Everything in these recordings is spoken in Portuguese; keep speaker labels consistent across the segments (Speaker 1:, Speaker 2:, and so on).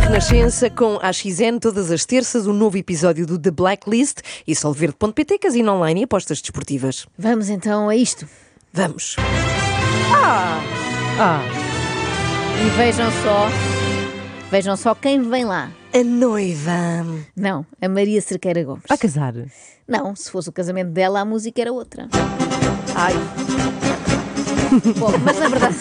Speaker 1: Renascença com a XN todas as terças, um novo episódio do The Blacklist e solverde.pt, casino online e apostas desportivas.
Speaker 2: Vamos então a isto.
Speaker 1: Vamos!
Speaker 2: E vejam só, vejam só quem vem lá.
Speaker 1: A noiva!
Speaker 2: Não, a Maria Cerqueira Gomes.
Speaker 3: A casar.
Speaker 2: Não, se fosse o casamento dela, a música era outra.
Speaker 1: Ai,
Speaker 2: Bom, mas na verdade,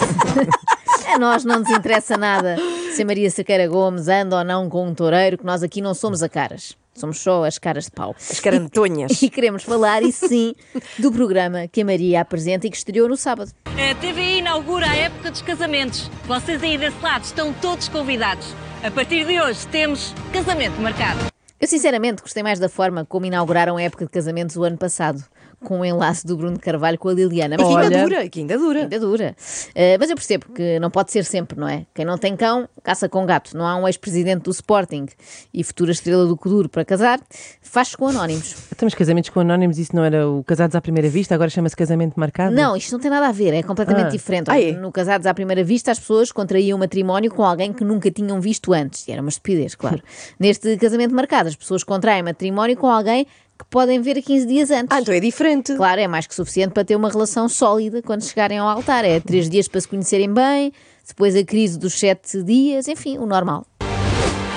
Speaker 2: a nós não nos interessa nada se a Maria Cerqueira Gomes anda ou não com um toureiro, que nós aqui não somos a caras. Somos só as caras de pau.
Speaker 1: as carantonhas!
Speaker 2: E queremos falar, e sim, do programa que a Maria apresenta e que estreou no sábado.
Speaker 4: A TVI inaugura a época dos casamentos. Vocês aí desse lado estão todos convidados. A partir de hoje temos casamento marcado.
Speaker 2: Eu sinceramente gostei mais da forma como inauguraram a época de casamentos o ano passado, com o enlace do Bruno de Carvalho com a Liliana. Mas
Speaker 1: Que ainda
Speaker 2: ainda dura.
Speaker 1: dura, que ainda dura!
Speaker 2: Ainda dura. Eh, mas eu percebo que não pode ser sempre, não é? Quem não tem cão, caça com gato. Não há um ex-presidente do Sporting e futura estrela do Coduro para casar, faz com anónimos.
Speaker 3: Temos Então, casamentos com anónimos, isso não era o casados à primeira vista, agora chama-se casamento marcado?
Speaker 2: Não, isto não tem nada a ver, é completamente
Speaker 3: Ah.
Speaker 2: diferente.
Speaker 1: Ah, é?
Speaker 2: No Casados à Primeira Vista, as pessoas contraíam matrimónio com alguém que nunca tinham visto antes. E era uma estupidez, claro. Neste casamento marcado, as pessoas contraem matrimónio com alguém que podem ver 15 dias antes.
Speaker 1: Ah, então é diferente!
Speaker 2: Claro, é mais que suficiente para ter uma relação sólida quando chegarem ao altar. É três dias para se conhecerem bem, depois a crise dos sete dias, enfim, o normal.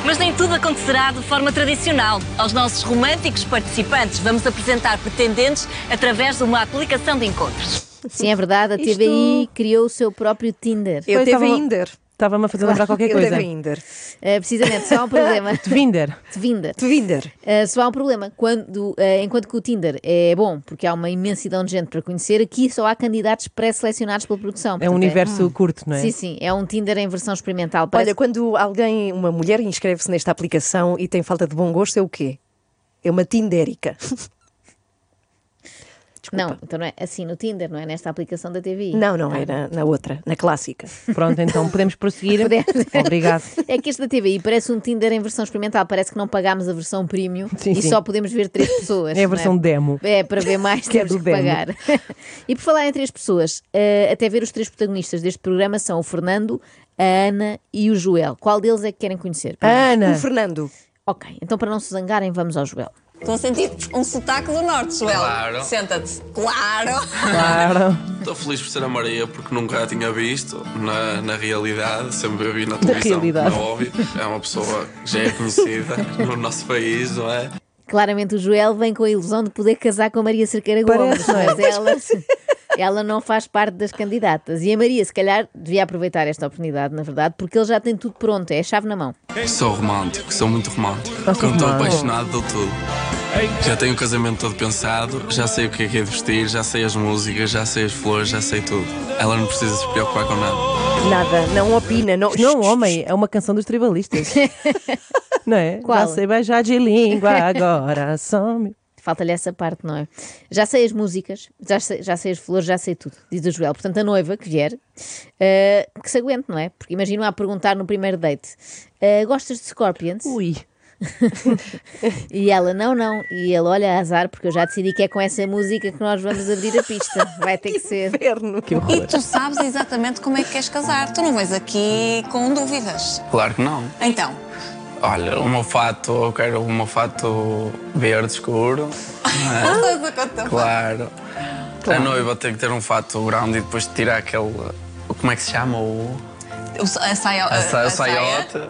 Speaker 4: Mas nem tudo acontecerá de forma tradicional. Aos nossos românticos participantes vamos apresentar pretendentes através de uma aplicação de encontros.
Speaker 2: Sim, é verdade, a
Speaker 1: Isto-
Speaker 2: TVI criou o seu próprio Tinder.
Speaker 1: Eu
Speaker 3: Pois,
Speaker 1: teve
Speaker 3: tava-
Speaker 1: ainda!
Speaker 3: Estava-me a fazer lembrar qualquer
Speaker 1: Eu
Speaker 3: coisa.
Speaker 1: teve ainda! Te
Speaker 2: Eh, precisamente, só há um problema.
Speaker 3: Twinder.
Speaker 2: De vinda.
Speaker 1: ainda!
Speaker 2: Uh, só há um problema. Quando, uh, enquanto que o Tinder é bom, porque há uma imensidão de gente para conhecer, aqui só há candidatos pré-selecionados pela produção.
Speaker 3: É um
Speaker 2: Portanto,
Speaker 3: universo curto, não é?
Speaker 2: Ah. Sim, sim, é um Tinder em versão experimental. Parece
Speaker 1: Olha, quando alguém, uma mulher, inscreve-se nesta aplicação e tem falta de bom gosto, é o quê? É uma tindérica.
Speaker 2: Não, então não é assim no Tinder, não é nesta aplicação da TVI.
Speaker 1: Não, não, é na, na outra, na clássica.
Speaker 3: Pronto, então podemos prosseguir. Obrigado.
Speaker 2: É que este da TVI parece um Tinder em versão experimental, parece que não pagámos a versão premium
Speaker 3: Sim,
Speaker 2: e
Speaker 3: sim.
Speaker 2: só podemos ver três pessoas.
Speaker 3: É a
Speaker 2: não
Speaker 3: versão demo.
Speaker 2: É, para ver mais
Speaker 3: Que é
Speaker 2: temos
Speaker 3: do
Speaker 2: que
Speaker 3: demo.
Speaker 2: pagar. E por falar em três pessoas, eh, até ver os três protagonistas deste programa são o Fernando, a Ana e o Joel. Qual deles é que querem conhecer?
Speaker 1: O
Speaker 3: Ana,
Speaker 1: Fernando.
Speaker 2: Ok, então para não se zangarem, vamos ao Joel.
Speaker 5: Estou a sentir um sotaque do norte, Joel.
Speaker 6: Claro.
Speaker 5: Senta-te. Claro.
Speaker 3: claro.
Speaker 6: Estou feliz por ser a Maria porque nunca a tinha visto na, na realidade, sempre a vi na televisão.
Speaker 3: realidade.
Speaker 6: É óbvio. É uma pessoa que já é conhecida no nosso país, não é?
Speaker 2: Claramente o Joel vem com a ilusão de poder casar com a Maria Cerqueira Gomes,
Speaker 3: Parece, não é?
Speaker 2: mas ela, ela não faz parte das candidatas. E a Maria, se calhar, devia aproveitar esta oportunidade, na verdade, porque ele já tem tudo pronto, é a chave na mão.
Speaker 6: Sou romântico, sou muito romântico.
Speaker 3: sou
Speaker 6: Como estou
Speaker 3: romântico.
Speaker 6: apaixonado de tudo. Já tenho o casamento todo pensado, já sei o que é que é de vestir, já sei as músicas, já sei as flores, já sei tudo. Ela não precisa se preocupar com nada.
Speaker 1: Nada, não opina. Não,
Speaker 3: não é um homem, é uma canção dos tribalistas. não é?
Speaker 2: Qual?
Speaker 3: Já sei beijar de língua, agora some.
Speaker 2: Falta-lhe essa parte, não é? Já sei as músicas, já sei, já sei as flores, já sei tudo, diz o Joel. Portanto, a noiva que vier, eh, que se aguente, não é? Porque imagino a perguntar no primeiro date: eh, Gostas de Scorpions?
Speaker 3: Ui.
Speaker 2: E ela, não, não. E ele, olha, azar, porque eu já decidi que é com essa música que nós vamos abrir a pista. Vai ter que ser.
Speaker 1: Inferno.
Speaker 5: E tu sabes exatamente como é que queres casar. Tu não vens aqui com dúvidas.
Speaker 6: Claro que não.
Speaker 5: Então,
Speaker 6: Olha, o meu fato, eu quero o meu fato verde escuro. é?
Speaker 5: foi o que eu tô-
Speaker 6: Claro. A noiva tem que ter um fato grande e depois tirar aquele. Como é que se chama? O,
Speaker 5: o- a saia.
Speaker 6: a, sa-
Speaker 5: a
Speaker 6: o saiote.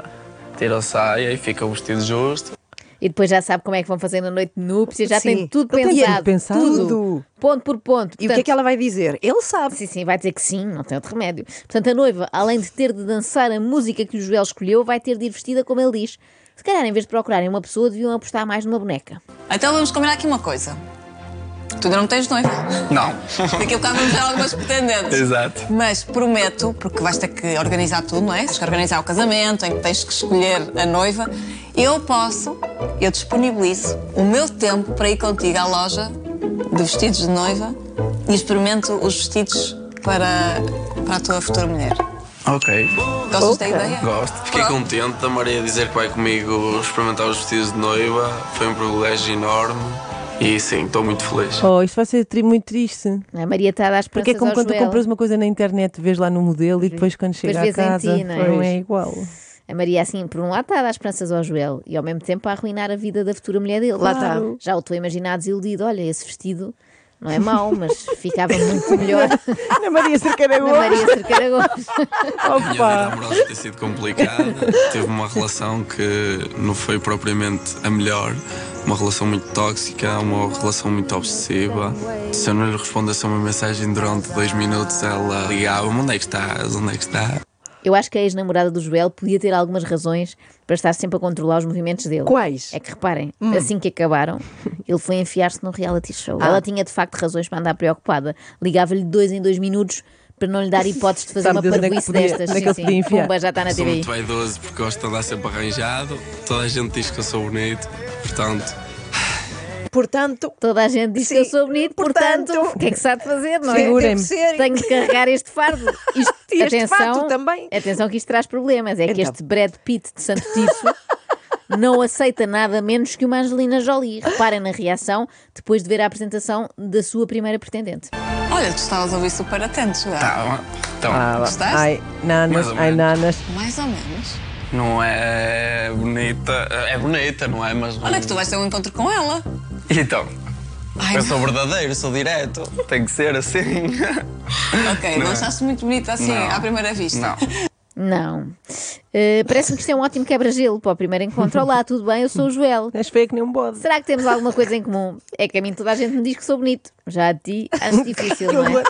Speaker 6: Tira a saia e fica o vestido justo.
Speaker 2: E depois já sabe como é que vão fazer na noite de núpcias, já
Speaker 1: Sim.
Speaker 2: tem tudo
Speaker 3: Ele tem tudo
Speaker 2: pensado.
Speaker 3: pensado.
Speaker 2: Tudo. Ponto por ponto.
Speaker 1: E o que é que ela vai dizer? Ele sabe.
Speaker 2: Sim, sim, vai dizer que sim, não tem outro remédio. Portanto, a noiva, além de ter de dançar a música que o Joel escolheu, vai ter de ir vestida como ele diz. Se calhar, em vez de procurarem uma pessoa, deviam apostar mais numa boneca.
Speaker 5: Então vamos combinar aqui uma coisa. Tu ainda não tens noiva.
Speaker 6: Não.
Speaker 5: Daqui a bocado vamos ver algumas pretendentes.
Speaker 6: Exato.
Speaker 5: Mas prometo, porque vais ter que organizar tudo, não é? Tens que organizar o casamento, em que tens que escolher a noiva. Eu posso, eu disponibilizo o meu tempo para ir contigo à loja de vestidos de noiva e experimento os vestidos para, para a tua futura mulher.
Speaker 6: Ok.
Speaker 5: Gostas da ideia?
Speaker 6: Gosto. Fiquei
Speaker 5: Pronto.
Speaker 6: contente da Maria dizer que vai comigo experimentar os vestidos de noiva. Foi um privilégio enorme. E sim, estou muito feliz.
Speaker 3: Oh, isto vai ser tri- muito triste.
Speaker 2: A Maria está a dar esperanças
Speaker 3: Porque é como
Speaker 2: ao
Speaker 3: quando tu
Speaker 2: Joel.
Speaker 3: compras uma coisa na internet, vês lá no modelo e depois quando chega
Speaker 2: vês
Speaker 3: a
Speaker 2: em
Speaker 3: casa
Speaker 2: ti, não é?
Speaker 3: não é igual.
Speaker 2: A Maria, assim, por um lado, está a dar esperanças ao Joel e ao mesmo tempo a arruinar a vida da futura mulher dele.
Speaker 1: Lá está.
Speaker 2: Já o estou a imaginar desiludido. Olha, esse vestido não é mau, mas ficava muito melhor
Speaker 3: Ana Maria Cerqueira é
Speaker 2: na Maria Cerqueira Gomes.
Speaker 6: A minha vida amorosa tem sido complicada. Teve uma relação que não foi propriamente a melhor. Uma relação muito tóxica, uma relação muito obsessiva. Se eu não lhe respondesse a uma mensagem durante dois minutos, ela ligava-me: onde é que estás? Onde é que estás?
Speaker 2: Eu acho que a ex-namorada do Joel podia ter algumas razões para estar sempre a controlar os movimentos dele.
Speaker 1: Quais?
Speaker 2: É que reparem,
Speaker 3: Hum.
Speaker 2: assim que acabaram, ele foi enfiar-se num reality show.
Speaker 3: Ah.
Speaker 2: Ela tinha de facto razões para andar preocupada. Ligava-lhe dois em dois minutos para não lhe dar hipótese de fazer
Speaker 3: Sabe
Speaker 2: uma
Speaker 3: Deus onde é que
Speaker 2: parguice
Speaker 3: podia-
Speaker 2: destas.
Speaker 3: onde é que ele
Speaker 2: Sim,
Speaker 3: podia
Speaker 2: sim.
Speaker 3: enfiar?
Speaker 2: Pumba, já está na
Speaker 6: Sou
Speaker 2: TVI.
Speaker 6: muito vaidoso porque gosto de andar sempre arranjado. Toda a gente diz que eu sou bonito, portanto,
Speaker 1: Portanto,
Speaker 2: Toda a gente diz que
Speaker 1: Sim,
Speaker 2: eu sou bonito, portanto,
Speaker 1: portanto,
Speaker 2: o que é que se há de fazer, não é?
Speaker 3: Segura.
Speaker 1: deve
Speaker 3: Segurem-me.
Speaker 1: ser.
Speaker 2: Tenho de carregar este fardo. Isto,
Speaker 1: E este
Speaker 2: atenção,
Speaker 1: fato também.
Speaker 2: Atenção que isto traz problemas. É que
Speaker 1: Então.
Speaker 2: este Brad Pitt de Santo Tirso não aceita nada menos que uma Angelina Jolie. Reparem na reação depois de ver a apresentação da sua primeira pretendente.
Speaker 5: Olha, tu estavas a ouvir super atento, Joel.
Speaker 6: tá, então,
Speaker 3: Ah,
Speaker 5: Gostaste?
Speaker 3: ai,
Speaker 6: Mais
Speaker 3: nanas,
Speaker 6: ou
Speaker 3: ai,
Speaker 6: menos.
Speaker 3: nanas.
Speaker 5: Mais ou menos.
Speaker 6: não é bonita. É bonita, não é? Mas não...
Speaker 5: Onde é que tu vais ter um encontro com ela?
Speaker 6: Então,
Speaker 5: Ai,
Speaker 6: eu sou verdadeiro, sou direto. Tem que ser assim. é?
Speaker 5: Ok, não, achaste muito bonito assim
Speaker 6: Não.
Speaker 5: à primeira vista.
Speaker 6: Não.
Speaker 2: Não. Eh, Parece-me que isto é um ótimo quebra-gelo para o primeiro encontro. Olá, tudo bem? Eu sou o Joel.
Speaker 3: És feia que nem um bode.
Speaker 2: Será que temos alguma coisa em comum? É que a mim toda a gente me diz que sou bonito. Já a ti, acho difícil, não é?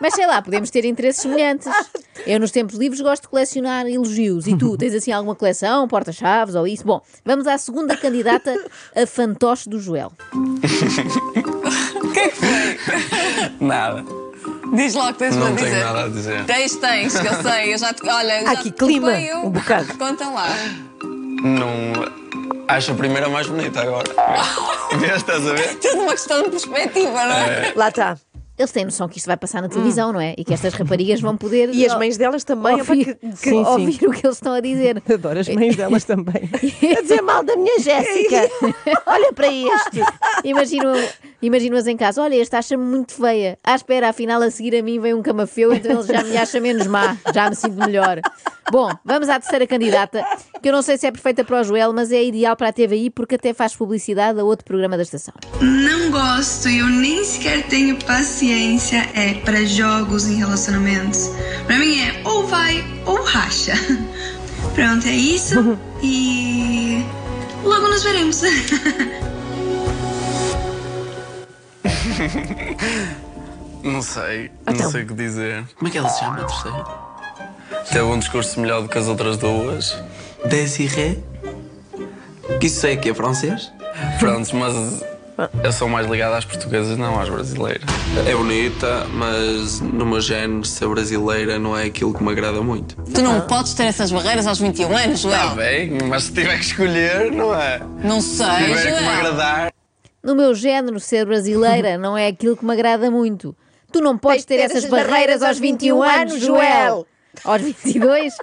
Speaker 2: Mas sei lá, podemos ter interesses semelhantes. Eu, nos tempos livres, gosto de colecionar elogios. E tu, tens assim alguma coleção, porta-chaves ou isso? Bom, vamos à segunda candidata, a fantoche do Joel.
Speaker 6: Nada.
Speaker 5: Diz logo o que tens
Speaker 6: Não
Speaker 5: para
Speaker 6: tenho
Speaker 5: dizer.
Speaker 6: nada a dizer.
Speaker 5: Tens, tens, que eu sei, eu já te. Olha, já
Speaker 1: aqui
Speaker 5: te
Speaker 1: clima,
Speaker 5: culpei eu.
Speaker 1: um bocado.
Speaker 5: Conta lá.
Speaker 6: Não. Acho a primeira mais bonita agora. Vês, estás a ver?
Speaker 5: Tudo uma questão de perspectiva, não é?
Speaker 1: lá está.
Speaker 2: Eles têm noção que isto vai passar na televisão, não é? E que estas raparigas vão poder.
Speaker 1: Hum. E as mães delas também, opa,
Speaker 2: ouvir,
Speaker 1: que, que
Speaker 3: Sim, sim.
Speaker 2: ouvir o que eles estão a dizer.
Speaker 3: Adoro as mães delas também.
Speaker 1: a dizer mal da minha Jéssica. Olha para este.
Speaker 2: Imagino- Imagino-as em casa, olha, este acha-me muito feia. À espera, afinal, a seguir a mim vem um camafeu, então ele já me acha menos má, já me sinto melhor. Bom, vamos à terceira candidata, que eu não sei se é perfeita para o Joel, mas é ideal para a TVI porque até faz publicidade a outro programa da estação.
Speaker 7: não gosto e eu nem sequer tenho paciência é para jogos em relacionamentos. Pra mim é ou vai ou racha. Pronto, é isso. E logo nos veremos.
Speaker 6: Não sei. Não sei o que dizer. Como é que ela se chama, a terceira? Teve um discurso melhor do que as outras duas. Desiré? Que isso é que é francês? Prontos, mas. Eu sou mais ligado às portuguesas, não às brasileiras. É bonita, mas no meu género, ser brasileira não é aquilo que me agrada muito.
Speaker 5: Tu não podes ter essas barreiras aos 21 anos, Joel.
Speaker 6: Está bem, mas se tiver que escolher, não é?
Speaker 5: Não
Speaker 6: Se
Speaker 5: sei,
Speaker 6: tiver que me
Speaker 5: Joel.
Speaker 6: agradar.
Speaker 2: No meu género, ser brasileira não é aquilo que me agrada muito. Tu não podes ter,
Speaker 1: ter
Speaker 2: essas
Speaker 1: essas
Speaker 2: barreiras
Speaker 1: barreiras
Speaker 2: aos 21 anos, Joel.
Speaker 1: Joel.
Speaker 2: Aos 22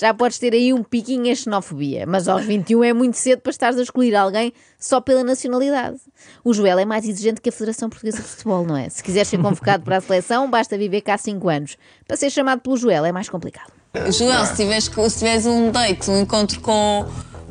Speaker 2: já podes ter aí um piquinho em xenofobia, mas aos 21 é muito cedo para estares a escolher alguém só pela nacionalidade. O Joel é mais exigente que a Federação Portuguesa de Futebol, não é? Se quiseres ser convocado para a seleção, basta viver cá 5 anos. Para ser chamado pelo Joel é mais complicado.
Speaker 6: Ah.
Speaker 5: Joel, se tiveres, co- se tiveres um date, um encontro com,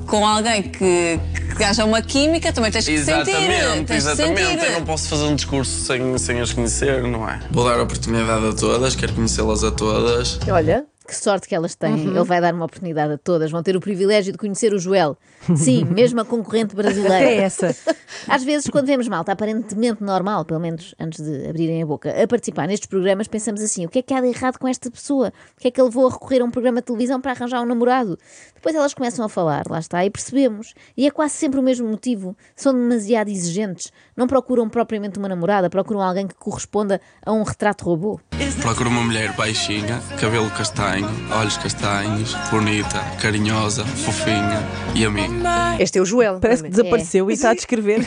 Speaker 5: com alguém que, que haja uma química, também tens que sentir.
Speaker 6: Exatamente,
Speaker 5: Tens que
Speaker 6: exatamente.
Speaker 5: sentir.
Speaker 6: Eu não posso fazer um discurso sem, sem as conhecer, não é? Vou dar oportunidade a todas, quero conhecê-las a todas.
Speaker 1: Olha,
Speaker 2: Que sorte que elas têm. Ele vai dar uma oportunidade a todas. Vão ter o privilégio de conhecer o Joel. Sim, mesmo a concorrente brasileira.
Speaker 3: Até essa.
Speaker 2: Às vezes, quando vemos malta aparentemente normal, pelo menos antes de abrirem a boca, a participar nestes programas, pensamos assim: o que é que há de errado com esta pessoa? O que é que ele levou a recorrer a um programa de televisão para arranjar um namorado? Depois elas começam a falar, lá está, e percebemos. E é quase sempre o mesmo motivo. São demasiado exigentes. Não procuram propriamente uma namorada, procuram alguém que corresponda a um retrato robô.
Speaker 6: Procuro uma mulher baixinha, cabelo castanho, olhos castanhos, bonita, carinhosa, fofinha e amiga.
Speaker 1: este é o Joel.
Speaker 3: Parece que desapareceu e está a descrever.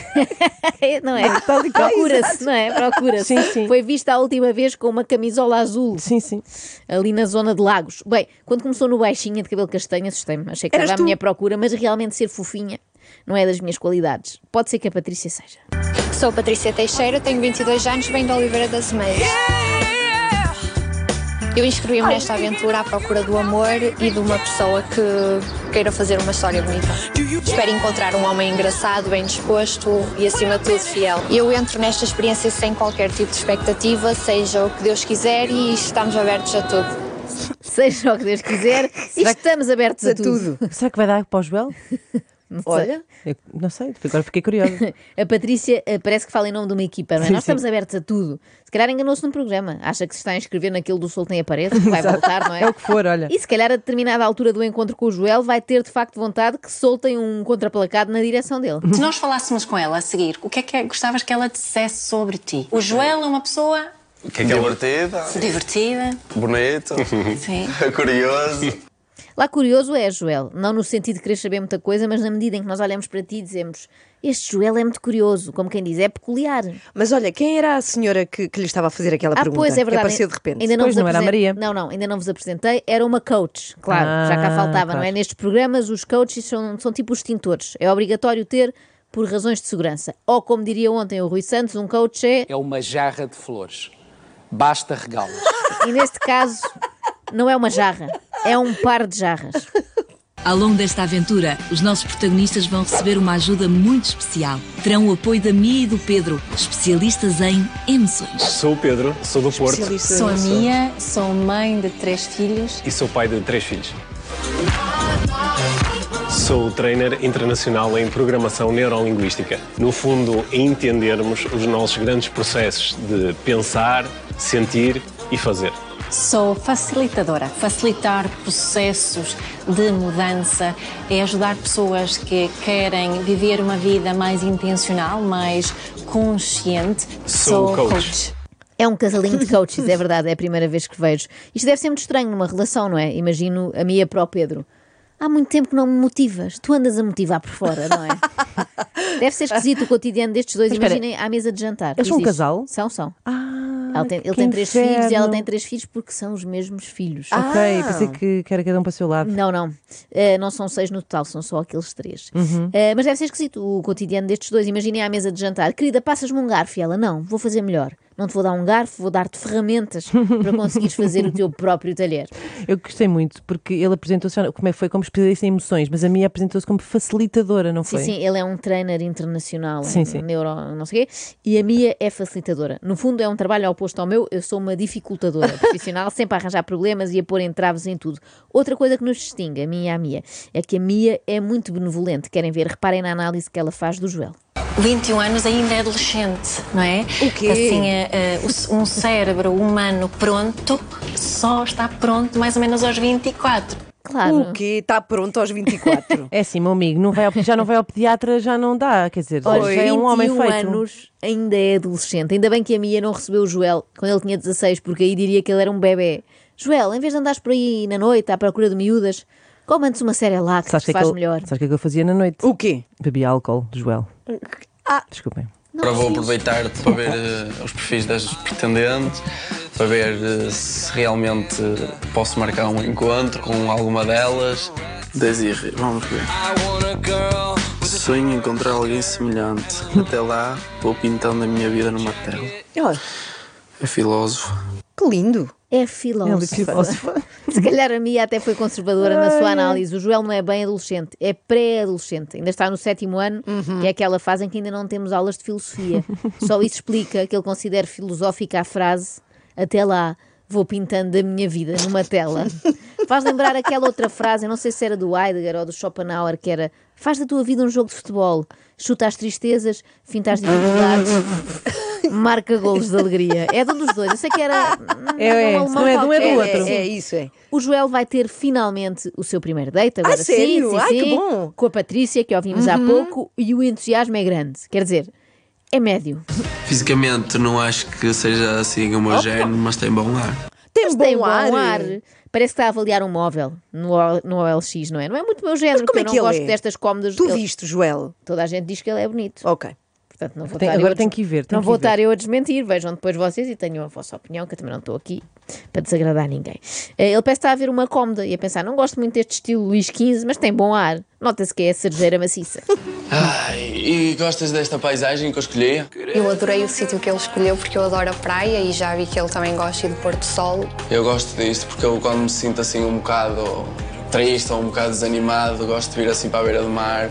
Speaker 2: É, não
Speaker 1: Ah,
Speaker 2: é?
Speaker 1: tá
Speaker 3: Tal e qual.
Speaker 2: Procura-se, não é? Procura-se.
Speaker 3: Sim, sim.
Speaker 2: Foi vista a última vez com uma camisola azul.
Speaker 3: Sim, sim.
Speaker 2: ali na zona de Lagos. Bem, quando começou no baixinha de cabelo castanho, assustei-me. Achei que
Speaker 1: Eras
Speaker 2: estava à
Speaker 1: tu.
Speaker 2: minha procura, mas realmente ser fofinha não é das minhas qualidades. Pode ser que a Patrícia seja.
Speaker 8: Sou Patrícia Teixeira, tenho 22 anos, venho de Oliveira das Meias. Eu inscrevi-me nesta aventura à procura do amor e de uma pessoa que queira fazer uma história bonita. Espero encontrar um homem engraçado, bem disposto e, acima de tudo, fiel. Eu entro nesta experiência sem qualquer tipo de expectativa, seja o que Deus quiser e estamos abertos a tudo.
Speaker 2: Seja o que Deus quiser, estamos abertos a,
Speaker 1: A tudo.
Speaker 3: Será que vai dar para o Joel?
Speaker 2: Não sei.
Speaker 1: Olha,
Speaker 3: Eu não sei, agora fiquei curiosa.
Speaker 2: A Patrícia eh, parece que fala em nome de uma equipa, não é?
Speaker 3: Sim,
Speaker 2: Nós
Speaker 3: sim.
Speaker 2: estamos abertos a tudo. Se calhar enganou-se num programa. Acha que se está a inscrever naquele do Sol tem a parede, que vai voltar, não é?
Speaker 3: É o que for, olha.
Speaker 2: E se calhar a determinada altura do encontro com o Joel vai ter de facto vontade que soltem um contraplacado na direção dele.
Speaker 5: Se nós falássemos com ela a seguir, o que é que gostavas que ela dissesse sobre ti? O Joel é uma pessoa
Speaker 6: O que é que ela
Speaker 9: Divertida.
Speaker 5: divertida,
Speaker 9: Bonito.
Speaker 5: sim.
Speaker 9: Curioso.
Speaker 2: Lá curioso é, Joel, não no sentido de querer saber muita coisa, mas na medida em que nós olhamos para ti e dizemos este Joel é muito curioso, como quem diz, é peculiar.
Speaker 1: mas olha, quem era a senhora que, que lhe estava a fazer aquela
Speaker 2: Ah,
Speaker 1: pergunta?
Speaker 2: pois, é
Speaker 1: Que
Speaker 2: verdade.
Speaker 1: apareceu de repente.
Speaker 2: Ainda
Speaker 3: Pois,
Speaker 2: vos
Speaker 3: não era a
Speaker 2: apresen-
Speaker 3: Maria.
Speaker 2: Não, não, ainda não vos apresentei. Era uma coach, claro, já cá
Speaker 3: Ah,
Speaker 2: faltava, não é?
Speaker 3: claro.
Speaker 2: Nestes programas, os coaches são, são tipo os tintores. É obrigatório ter por razões de segurança. Ou, como diria ontem o Rui Santos, um coach é.
Speaker 10: É uma jarra de flores. Basta regá-las.
Speaker 2: E neste caso, não é uma jarra, é um par de jarras.
Speaker 4: Ao longo desta aventura, os nossos protagonistas vão receber uma ajuda muito especial. Terão o apoio da Mia e do Pedro, especialistas em emoções.
Speaker 11: Sou o Pedro, sou do Porto
Speaker 5: Sou a minha, sou mãe de três filhos.
Speaker 11: e sou pai de três filhos. Sou trainer internacional em programação neurolinguística. No fundo, é entendermos os nossos grandes processos de pensar, sentir e fazer.
Speaker 5: Sou facilitadora. Facilitar processos de mudança é ajudar pessoas que querem viver uma vida mais intencional, mais consciente.
Speaker 11: Sou coach.
Speaker 2: É um casalinho de coaches, é verdade, é a primeira vez que vejo. Isto deve ser muito estranho numa relação, não é? Imagino a Mia para o Pedro. Há muito tempo que não me motivas. Tu andas a motivar por fora, não é? Deve ser esquisito o cotidiano destes dois.
Speaker 3: Mas espera,
Speaker 2: Imaginem à mesa de jantar.
Speaker 3: eles são um
Speaker 2: Diz isto.
Speaker 3: casal?
Speaker 2: São, são.
Speaker 3: Ah,
Speaker 2: Ela tem- ele
Speaker 3: que
Speaker 2: tem três
Speaker 3: inferno. Ah,
Speaker 2: filhos e ela tem Ah! três filhos porque são os mesmos filhos.
Speaker 3: Ok, pensei que, que era cada um para o seu lado.
Speaker 2: Não, não. Eh, não são seis no total, são só aqueles três.
Speaker 3: Uhum.
Speaker 2: Eh, mas deve ser esquisito o cotidiano destes dois. Imaginem à mesa de jantar. Querida, passas-me um garfo. E ela, não, vou fazer melhor. Não te vou dar um garfo, vou dar-te ferramentas para conseguires fazer o teu próprio talher.
Speaker 3: Eu gostei muito, porque ele apresentou-se, como é que foi, como especialista em emoções, mas a minha apresentou-se como facilitadora, não
Speaker 2: Sim,
Speaker 3: foi?
Speaker 2: sim, ele é um trainer internacional,
Speaker 3: Sim,
Speaker 2: um
Speaker 3: sim.
Speaker 2: neuro, não sei o quê, e a Mia é facilitadora. No fundo, é um trabalho oposto ao meu, eu sou uma dificultadora profissional, sempre a arranjar problemas e a pôr entraves em tudo. Outra coisa que nos distingue, a minha e a Mia, é que a Mia é muito benevolente. Querem ver? Reparem na análise que ela faz do Joel.
Speaker 5: 21 anos ainda é adolescente, não é? O
Speaker 1: quê?
Speaker 5: Assim, é, é, o c- um cérebro humano pronto só está pronto mais ou menos aos 24.
Speaker 2: Claro.
Speaker 1: O quê? Está pronto aos 24.
Speaker 3: É assim, meu amigo, não vai ao- já não vai ao pediatra, já não dá, quer dizer,
Speaker 2: Aos
Speaker 3: já é um homem
Speaker 2: 21
Speaker 3: feito.
Speaker 2: anos ainda é adolescente. Ainda bem que a Mia não recebeu o Joel quando ele tinha 16, porque aí diria que ele era um bebê. Joel, em vez de andares por aí na noite à procura de miúdas, come antes uma série lá que
Speaker 3: Sabes
Speaker 2: te
Speaker 3: o que, é
Speaker 2: faz
Speaker 3: que eu-
Speaker 2: melhor.
Speaker 3: sabes o que é que eu fazia na noite?
Speaker 1: o quê?
Speaker 3: Bebia álcool, Joel. Ah! Desculpem.
Speaker 2: Não,
Speaker 6: Agora vou
Speaker 2: sim.
Speaker 6: aproveitar-te para ver eh, os perfis das pretendentes, para ver eh, se realmente eh, posso marcar um encontro com alguma delas. Desirre, vamos ver. Sonho em encontrar alguém semelhante. Até lá, vou pintando a minha vida numa tela.
Speaker 1: Olha,
Speaker 6: É filósofo.
Speaker 1: que lindo.
Speaker 2: É
Speaker 3: Ele
Speaker 2: filósofo.
Speaker 3: disse filósofo.
Speaker 2: Se calhar a Mia até foi conservadora na sua análise. O Joel não é bem adolescente, é pré-adolescente. Ainda está no sétimo ano,
Speaker 3: Uhum.
Speaker 2: que é aquela fase em que ainda não temos aulas de filosofia. Só isso explica que ele considera filosófica a frase até lá. Vou pintando a minha vida numa tela. Faz lembrar aquela outra frase, eu não sei se era do Heidegger ou do Schopenhauer, que era faz da tua vida um jogo de futebol, chuta as tristezas, finta as dificuldades, marca golos de alegria. É de um dos dois. Eu sei que era.
Speaker 3: É, é,
Speaker 2: um alemão
Speaker 3: se não é de um, é do
Speaker 2: qualquer.
Speaker 3: outro.
Speaker 2: sim.
Speaker 1: É, é isso, é.
Speaker 2: O Joel vai ter finalmente o seu primeiro date agora.
Speaker 1: Ah, sério?
Speaker 2: Sim, sim,
Speaker 1: Ai, que
Speaker 2: sim,
Speaker 1: bom. Uhum.
Speaker 2: Com a Patrícia, que ouvimos há pouco, e o entusiasmo é grande. Quer dizer, é médio.
Speaker 6: Fisicamente, não acho que seja assim homogéneo, mas tem bom ar.
Speaker 1: Tem É
Speaker 2: Mas
Speaker 1: um bom,
Speaker 2: tem um bom
Speaker 1: ar.
Speaker 2: ar. Parece que está a avaliar um móvel no, O- no OLX, não é? Não é muito meu género,
Speaker 1: Mas como
Speaker 2: porque
Speaker 1: é
Speaker 2: eu não
Speaker 1: que ele
Speaker 2: gosto
Speaker 1: é?
Speaker 2: destas cómodas.
Speaker 1: Tu
Speaker 2: Ele-
Speaker 1: viste, Oh, Joel?
Speaker 2: Toda a gente diz que ele é bonito.
Speaker 1: Ok.
Speaker 2: Portanto, não vou
Speaker 3: Tem-
Speaker 2: estar eu
Speaker 3: agora
Speaker 2: a
Speaker 3: tem
Speaker 2: des-
Speaker 3: que ir ver, tem
Speaker 2: Não
Speaker 3: que
Speaker 2: vou
Speaker 3: ir ver.
Speaker 2: estar eu a desmentir. Vejam depois vocês e tenham a vossa opinião, que eu também não estou aqui para desagradar ninguém. Eh, Ele parece estar a ver uma cómoda e a pensar: não gosto muito deste estilo Luís XV, mas tem bom ar. Nota-se que é a cerejeira maciça.
Speaker 6: Ai, e gostas desta paisagem que eu escolhi?
Speaker 8: Eu adorei o sítio que ele escolheu porque eu adoro a praia e já vi que ele também gosta e do pôr do sol.
Speaker 6: Eu gosto disto porque eu quando me sinto assim um bocado triste ou um bocado desanimado, gosto de vir assim para a beira do mar,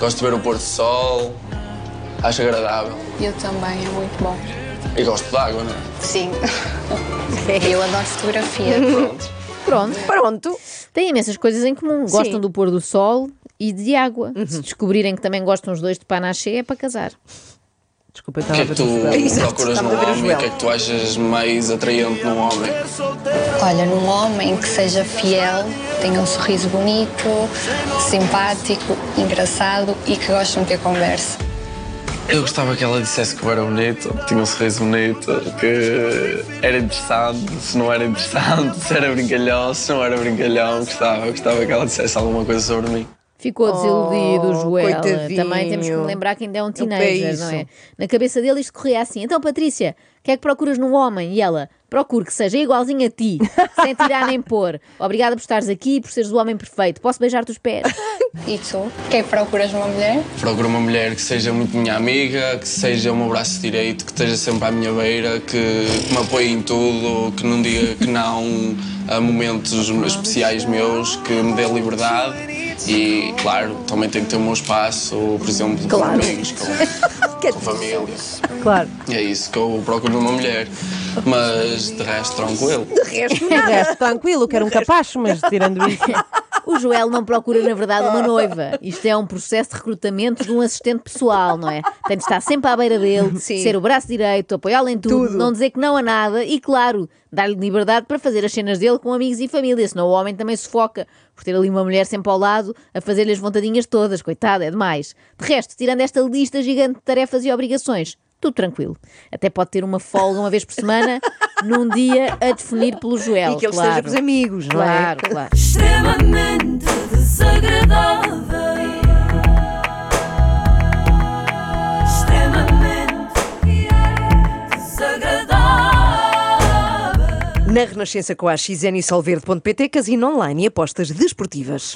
Speaker 6: gosto de ver o pôr do sol, acho agradável.
Speaker 8: Eu também, é muito bom.
Speaker 6: E gosto de água, não é?
Speaker 8: Sim. eu adoro fotografia.
Speaker 2: Pronto.
Speaker 1: Pronto.
Speaker 2: Têm imensas coisas em comum. Gostam
Speaker 1: Sim. Uhum.
Speaker 2: do pôr do sol e de água. Se descobrirem que também gostam os dois de panache, é para casar.
Speaker 3: Desculpa, eu
Speaker 6: O
Speaker 3: estava
Speaker 6: que
Speaker 3: a
Speaker 6: é que
Speaker 3: ver
Speaker 6: tu
Speaker 3: tudo.
Speaker 6: procuras
Speaker 1: estava
Speaker 6: num
Speaker 1: a ver o
Speaker 6: homem?
Speaker 1: Joel.
Speaker 6: O que é que tu achas mais atraente num homem?
Speaker 8: Olha, num homem que seja fiel, tenha um sorriso bonito, simpático, engraçado e que goste de meter conversa.
Speaker 6: Eu gostava que ela dissesse que eu era bonito, que tinha um sorriso bonito, que era interessante, se não era interessante, se era brincalhão, se não era brincalhão. Gostava, gostava que ela dissesse alguma coisa sobre mim.
Speaker 2: Ficou desiludido,
Speaker 1: Oh,
Speaker 2: Joel.
Speaker 1: coitadinho.
Speaker 2: Também temos que lembrar que ainda é um teenager,
Speaker 1: isso.
Speaker 2: não é? Na cabeça dele isto corria assim. Então, Patrícia, o que é que procuras num homem? E ela, procuro que seja igualzinho a ti, sem tirar nem pôr. Obrigada por estares aqui e por seres o homem perfeito. Posso beijar-te os pés?
Speaker 8: E tu? O que é que procuras numa mulher?
Speaker 6: Procuro uma mulher que seja muito minha amiga, que seja o meu braço direito, que esteja sempre à minha beira, que, que me apoie em tudo, que não diga que não a momentos especiais meus, que me dê liberdade. E, claro, também tenho que ter o meu espaço, por exemplo, com amigos, com, com família.
Speaker 3: Claro.
Speaker 6: É isso que eu procuro numa mulher. Mas, de resto, tranquilo.
Speaker 3: De resto, tranquilo, quero um capacho, mas tirando isso.
Speaker 2: O Joel não procura, na verdade, uma noiva. Isto é um processo de recrutamento de um assistente pessoal, não é? Tem de estar sempre à beira dele,
Speaker 1: Sim.
Speaker 2: ser o braço direito, apoiá-lo em tudo, não dizer que não a nada e, claro, dar-lhe liberdade para fazer as cenas dele com amigos e família, senão o homem também sufoca por ter ali uma mulher sempre ao lado a fazer-lhe as vontadinhas todas. Coitado, é demais. De resto, tirando esta lista gigante de tarefas e obrigações, tudo tranquilo. Até pode ter uma folga uma vez por semana, num dia a definir pelo Joel.
Speaker 1: E que ele
Speaker 2: claro.
Speaker 1: esteja com os amigos, não é?
Speaker 2: Claro, claro.
Speaker 4: Extremamente desagradável. Extremamente desagradável.
Speaker 1: Na Renascença com a XN e Solverde.pt, casino online e apostas desportivas.